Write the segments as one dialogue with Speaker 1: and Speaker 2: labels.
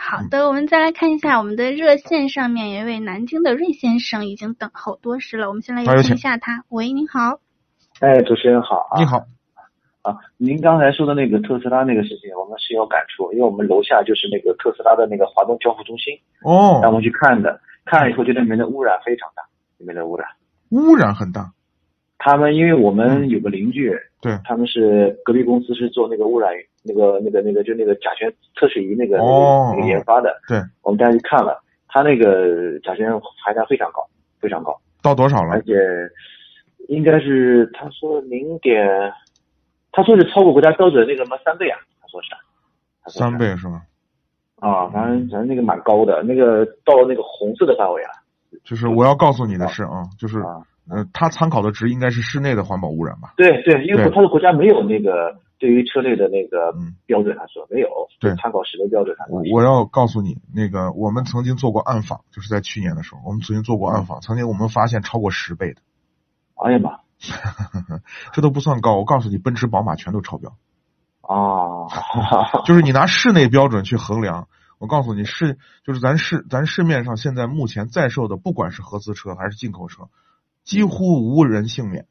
Speaker 1: 好
Speaker 2: 嗯
Speaker 1: 的，我们再来看一下我们的热线上面有一位南京的瑞先生已经等候多时了，我们先来
Speaker 2: 好有
Speaker 1: 有请
Speaker 2: 请
Speaker 1: 一下他。喂，您好。
Speaker 3: 哎，主持人好啊！
Speaker 2: 你好，
Speaker 3: 啊，您刚才说的那个特斯拉那个事情，我们是有感触，因为我们楼下就是那个特斯拉的那个华东交付中心，让我
Speaker 2: 哦，嗯
Speaker 3: 们去看的，看了以后觉得里面的污染非常大，里面的污染。
Speaker 2: 污染很大，
Speaker 3: 他们因为我们有个邻居，
Speaker 2: 嗯对，
Speaker 3: 他们是隔壁公司是做那个污染那个那个那个就那个甲醛测试仪那个、
Speaker 2: 哦
Speaker 3: 那个研发的，
Speaker 2: 对，
Speaker 3: 我们带去看了，他那个甲醛含量非常高，非常高。
Speaker 2: 到多少了
Speaker 3: 而？且应该是他说零点，他说是超过国家标准那个什么三倍啊，他说是，他说是
Speaker 2: 三倍是吧？
Speaker 3: 啊，反正反正那个蛮高的，那个到那个红色的范围啊，
Speaker 2: 就是我要告诉你的是啊，就是
Speaker 3: 啊，
Speaker 2: 呃，他参考的值应该是室内的环保污染吧？
Speaker 3: 对对，因为
Speaker 2: 对
Speaker 3: 他的国家没有那个对于车类的那个
Speaker 2: 嗯
Speaker 3: 标准，他说没有，
Speaker 2: 对
Speaker 3: 参考十个标准，他说
Speaker 2: 我我要告诉你，那个我们曾经做过暗访，就是在去年的时候，我们曾经做过暗
Speaker 3: 啊
Speaker 2: 访，曾经我们发现超过十倍的，
Speaker 3: 哎呀妈
Speaker 2: 这都不算高。我告诉你，奔驰、宝马全都超标。
Speaker 3: 啊，
Speaker 2: 就是你拿室内标准去衡量，我告诉你市就是咱市咱市面上现在目前在售的，不管是合资车还是进口车，几乎无人幸免。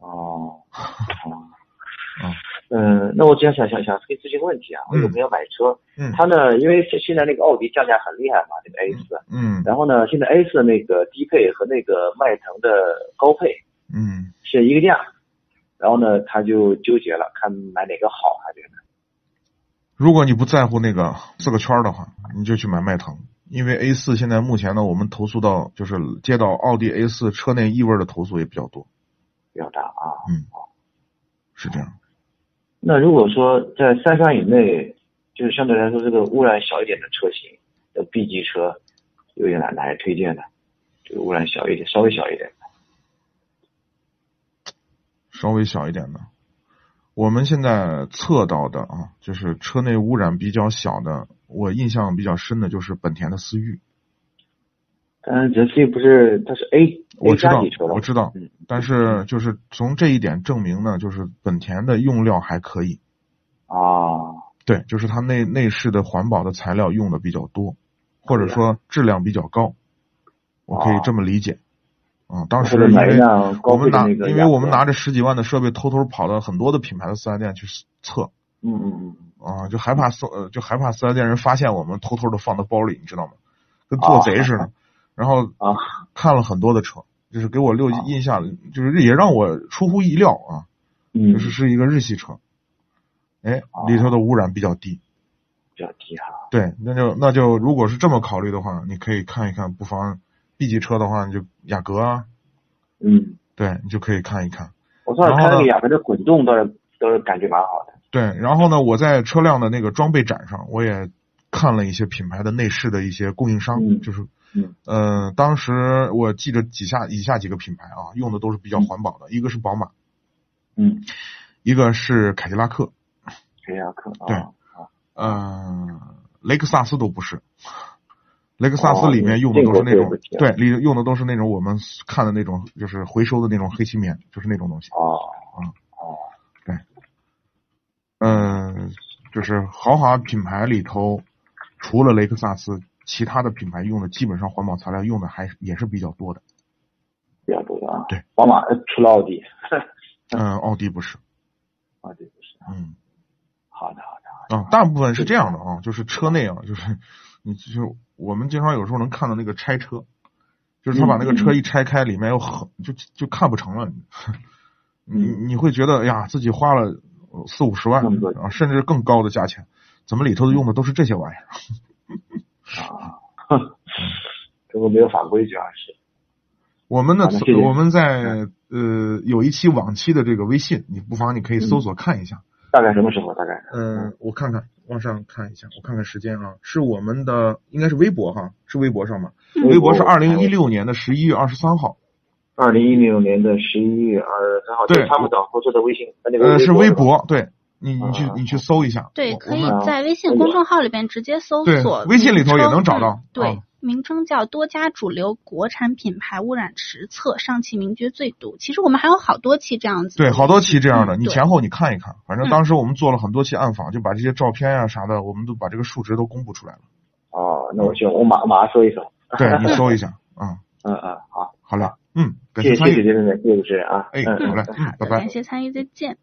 Speaker 3: 哦。
Speaker 2: 嗯
Speaker 3: 啊，嗯，那我只想想想想可以咨询个问题啊，我有没有买车？
Speaker 2: 嗯
Speaker 3: 它呢，因为现现在那个奥迪降价很厉害嘛，那个 A 四，
Speaker 2: 嗯
Speaker 3: 然后呢，现在 A 四那个低配和那个迈腾的高配
Speaker 2: 嗯，
Speaker 3: 是一个价，然后呢，他就纠结了，看买哪个好，他觉得。
Speaker 2: 如果你不在乎那个四个圈儿的话，你就去买迈腾，因为 A 四现在目前呢，我们投诉到就是接到奥迪 A 四车内异味的投诉也比较多，
Speaker 3: 比较大啊。
Speaker 2: 是这样。
Speaker 3: 那如果说在三山以内，就是相对来说这个污染小一点的车型，呃 B 级车，有点哪哪些推荐的？就是污染小一点，稍微小一点的。
Speaker 2: 稍微小一点的。我们现在测到的啊，就是车内污染比较小的，我印象比较深的就是本田的思域。
Speaker 3: 但是 C 不是，它是 A
Speaker 2: 我
Speaker 3: A
Speaker 2: 知
Speaker 3: 加
Speaker 2: 道
Speaker 3: 级车，了，
Speaker 2: 我知道
Speaker 3: 嗯，
Speaker 2: 但是就是从这一点证明呢，就是本田的用料还可以，
Speaker 3: 啊，
Speaker 2: 对，就是它内内饰的环保的材料用的比较多，或者说质量比较高，我可以这么理解。啊、当时
Speaker 3: 哦或者
Speaker 2: 因
Speaker 3: 买一
Speaker 2: 为
Speaker 3: 辆
Speaker 2: 我
Speaker 3: 高
Speaker 2: 们
Speaker 3: 配的
Speaker 2: 拿，
Speaker 3: 那个雅阁，
Speaker 2: 因为我们拿着十几万的设备，偷偷跑到很多的品牌的四 S 店去测
Speaker 3: 嗯，嗯嗯嗯，
Speaker 2: 啊、就害怕四呃，就害怕四 S 店人发现我们偷偷的放到包里，你知道吗？跟做贼 似的。然后
Speaker 3: 啊
Speaker 2: 看了很多的车，就是给我留印象，就是也让我出乎意料啊。
Speaker 3: 嗯，
Speaker 2: 就是是一个日系车，哎，
Speaker 3: 哦
Speaker 2: 里头的污染比较低。
Speaker 3: 比较低哈。
Speaker 2: 对，那就那就如果是这么考虑的话，你可以看一看，不妨 B 级车的话，你就雅阁啊，
Speaker 3: 嗯，
Speaker 2: 对你就可以看一看。
Speaker 3: 我上次
Speaker 2: 然后
Speaker 3: 开
Speaker 2: 呢
Speaker 3: 那个雅阁的混动倒是倒是感觉蛮好的。
Speaker 2: 对，然后呢，我在车辆的那个装备展上，我也看了一些品牌的内饰的一些供应商，
Speaker 3: 嗯
Speaker 2: 就是，
Speaker 3: 嗯
Speaker 2: 呃，当时我记着几下以下几个品牌啊，用的都是比较环保的，一个是宝马，
Speaker 3: 嗯，
Speaker 2: 一个是凯迪拉克，
Speaker 3: 凯迪拉克啊，
Speaker 2: 对嗯，雷克萨斯都不是，雷克萨斯里面用的都是那种、
Speaker 3: 哦进口车
Speaker 2: 对，里用的都是那种我们看的那种，就是回收的那种黑漆棉，就是那种东西。
Speaker 3: 哦
Speaker 2: 嗯，就是豪华品牌里头，除了雷克萨斯，其他的品牌用的基本上环保材料用的还是也是比较多的。
Speaker 3: 比较多的啊。
Speaker 2: 对，
Speaker 3: 宝马呃除了奥迪，
Speaker 2: 嗯，奥迪不是，
Speaker 3: 奥迪啊不是。
Speaker 2: 嗯
Speaker 3: 好的好的，
Speaker 2: 啊，大部分是这样的啊，就是车内啊，就是你就是我们经常有时候能看到那个拆车，就是他把那个车一拆开，里面有很就就看不成了，你你你会觉得哎呀，自己花了呃四五十万
Speaker 3: 那么多
Speaker 2: 啊，甚至更高的价钱，怎么里头用的都是这些玩意儿？
Speaker 3: 啊， 哼中国没有法规主要是。
Speaker 2: 我们呢
Speaker 3: 好的谢谢，
Speaker 2: 我们在呃有一期往期的这个微信，你不妨你可以搜索看一下，
Speaker 3: 大概什么时候？大概
Speaker 2: 嗯，我看看往上看一下，我看看时间啊，是我们的应该是微博哈，是微博上吗？嗯微博是二零一
Speaker 3: 哎
Speaker 2: 六年的十一月二十三号，
Speaker 3: 二零一六年的十一月二十三号，
Speaker 2: 对
Speaker 3: 就是他们党合作的微信呃那个
Speaker 2: 呃，是微
Speaker 3: 是吧。啊嗯
Speaker 2: 博，对你你去你去搜一下，
Speaker 1: 对，
Speaker 2: 我
Speaker 1: 可
Speaker 2: 我
Speaker 1: 以
Speaker 2: 们
Speaker 3: 们
Speaker 1: 在微信公众号里边直接搜
Speaker 2: 对
Speaker 1: 索，
Speaker 2: 微信里头也
Speaker 1: 名称
Speaker 2: 能找到
Speaker 1: 对
Speaker 2: 嗯，
Speaker 1: 名称叫“多家主流国产品牌污染实测，上汽名爵最毒”。其实我们还有好多期这样子。
Speaker 2: 对好多期这样的，
Speaker 1: 嗯
Speaker 2: 你
Speaker 1: 对
Speaker 2: 前后你看一看，反正
Speaker 1: 嗯
Speaker 2: 啊当时我们做了很多期暗访，就把这些照片呀、啥的，我们都把这个数值都公布出来了。
Speaker 3: 啊那我就我马马上搜一搜。
Speaker 2: 对你搜一下啊，
Speaker 3: 嗯嗯，好，
Speaker 2: 好嘞，嗯，感
Speaker 3: 谢谢
Speaker 2: 参
Speaker 3: 谢谢
Speaker 2: 与，
Speaker 3: 真的谢谢主持人啊，
Speaker 2: 哎，
Speaker 3: 嗯
Speaker 2: 好
Speaker 3: 嗯
Speaker 1: 好
Speaker 2: 嘞，嗯，拜
Speaker 1: 的，
Speaker 2: 拜
Speaker 1: 感。谢参与，再见。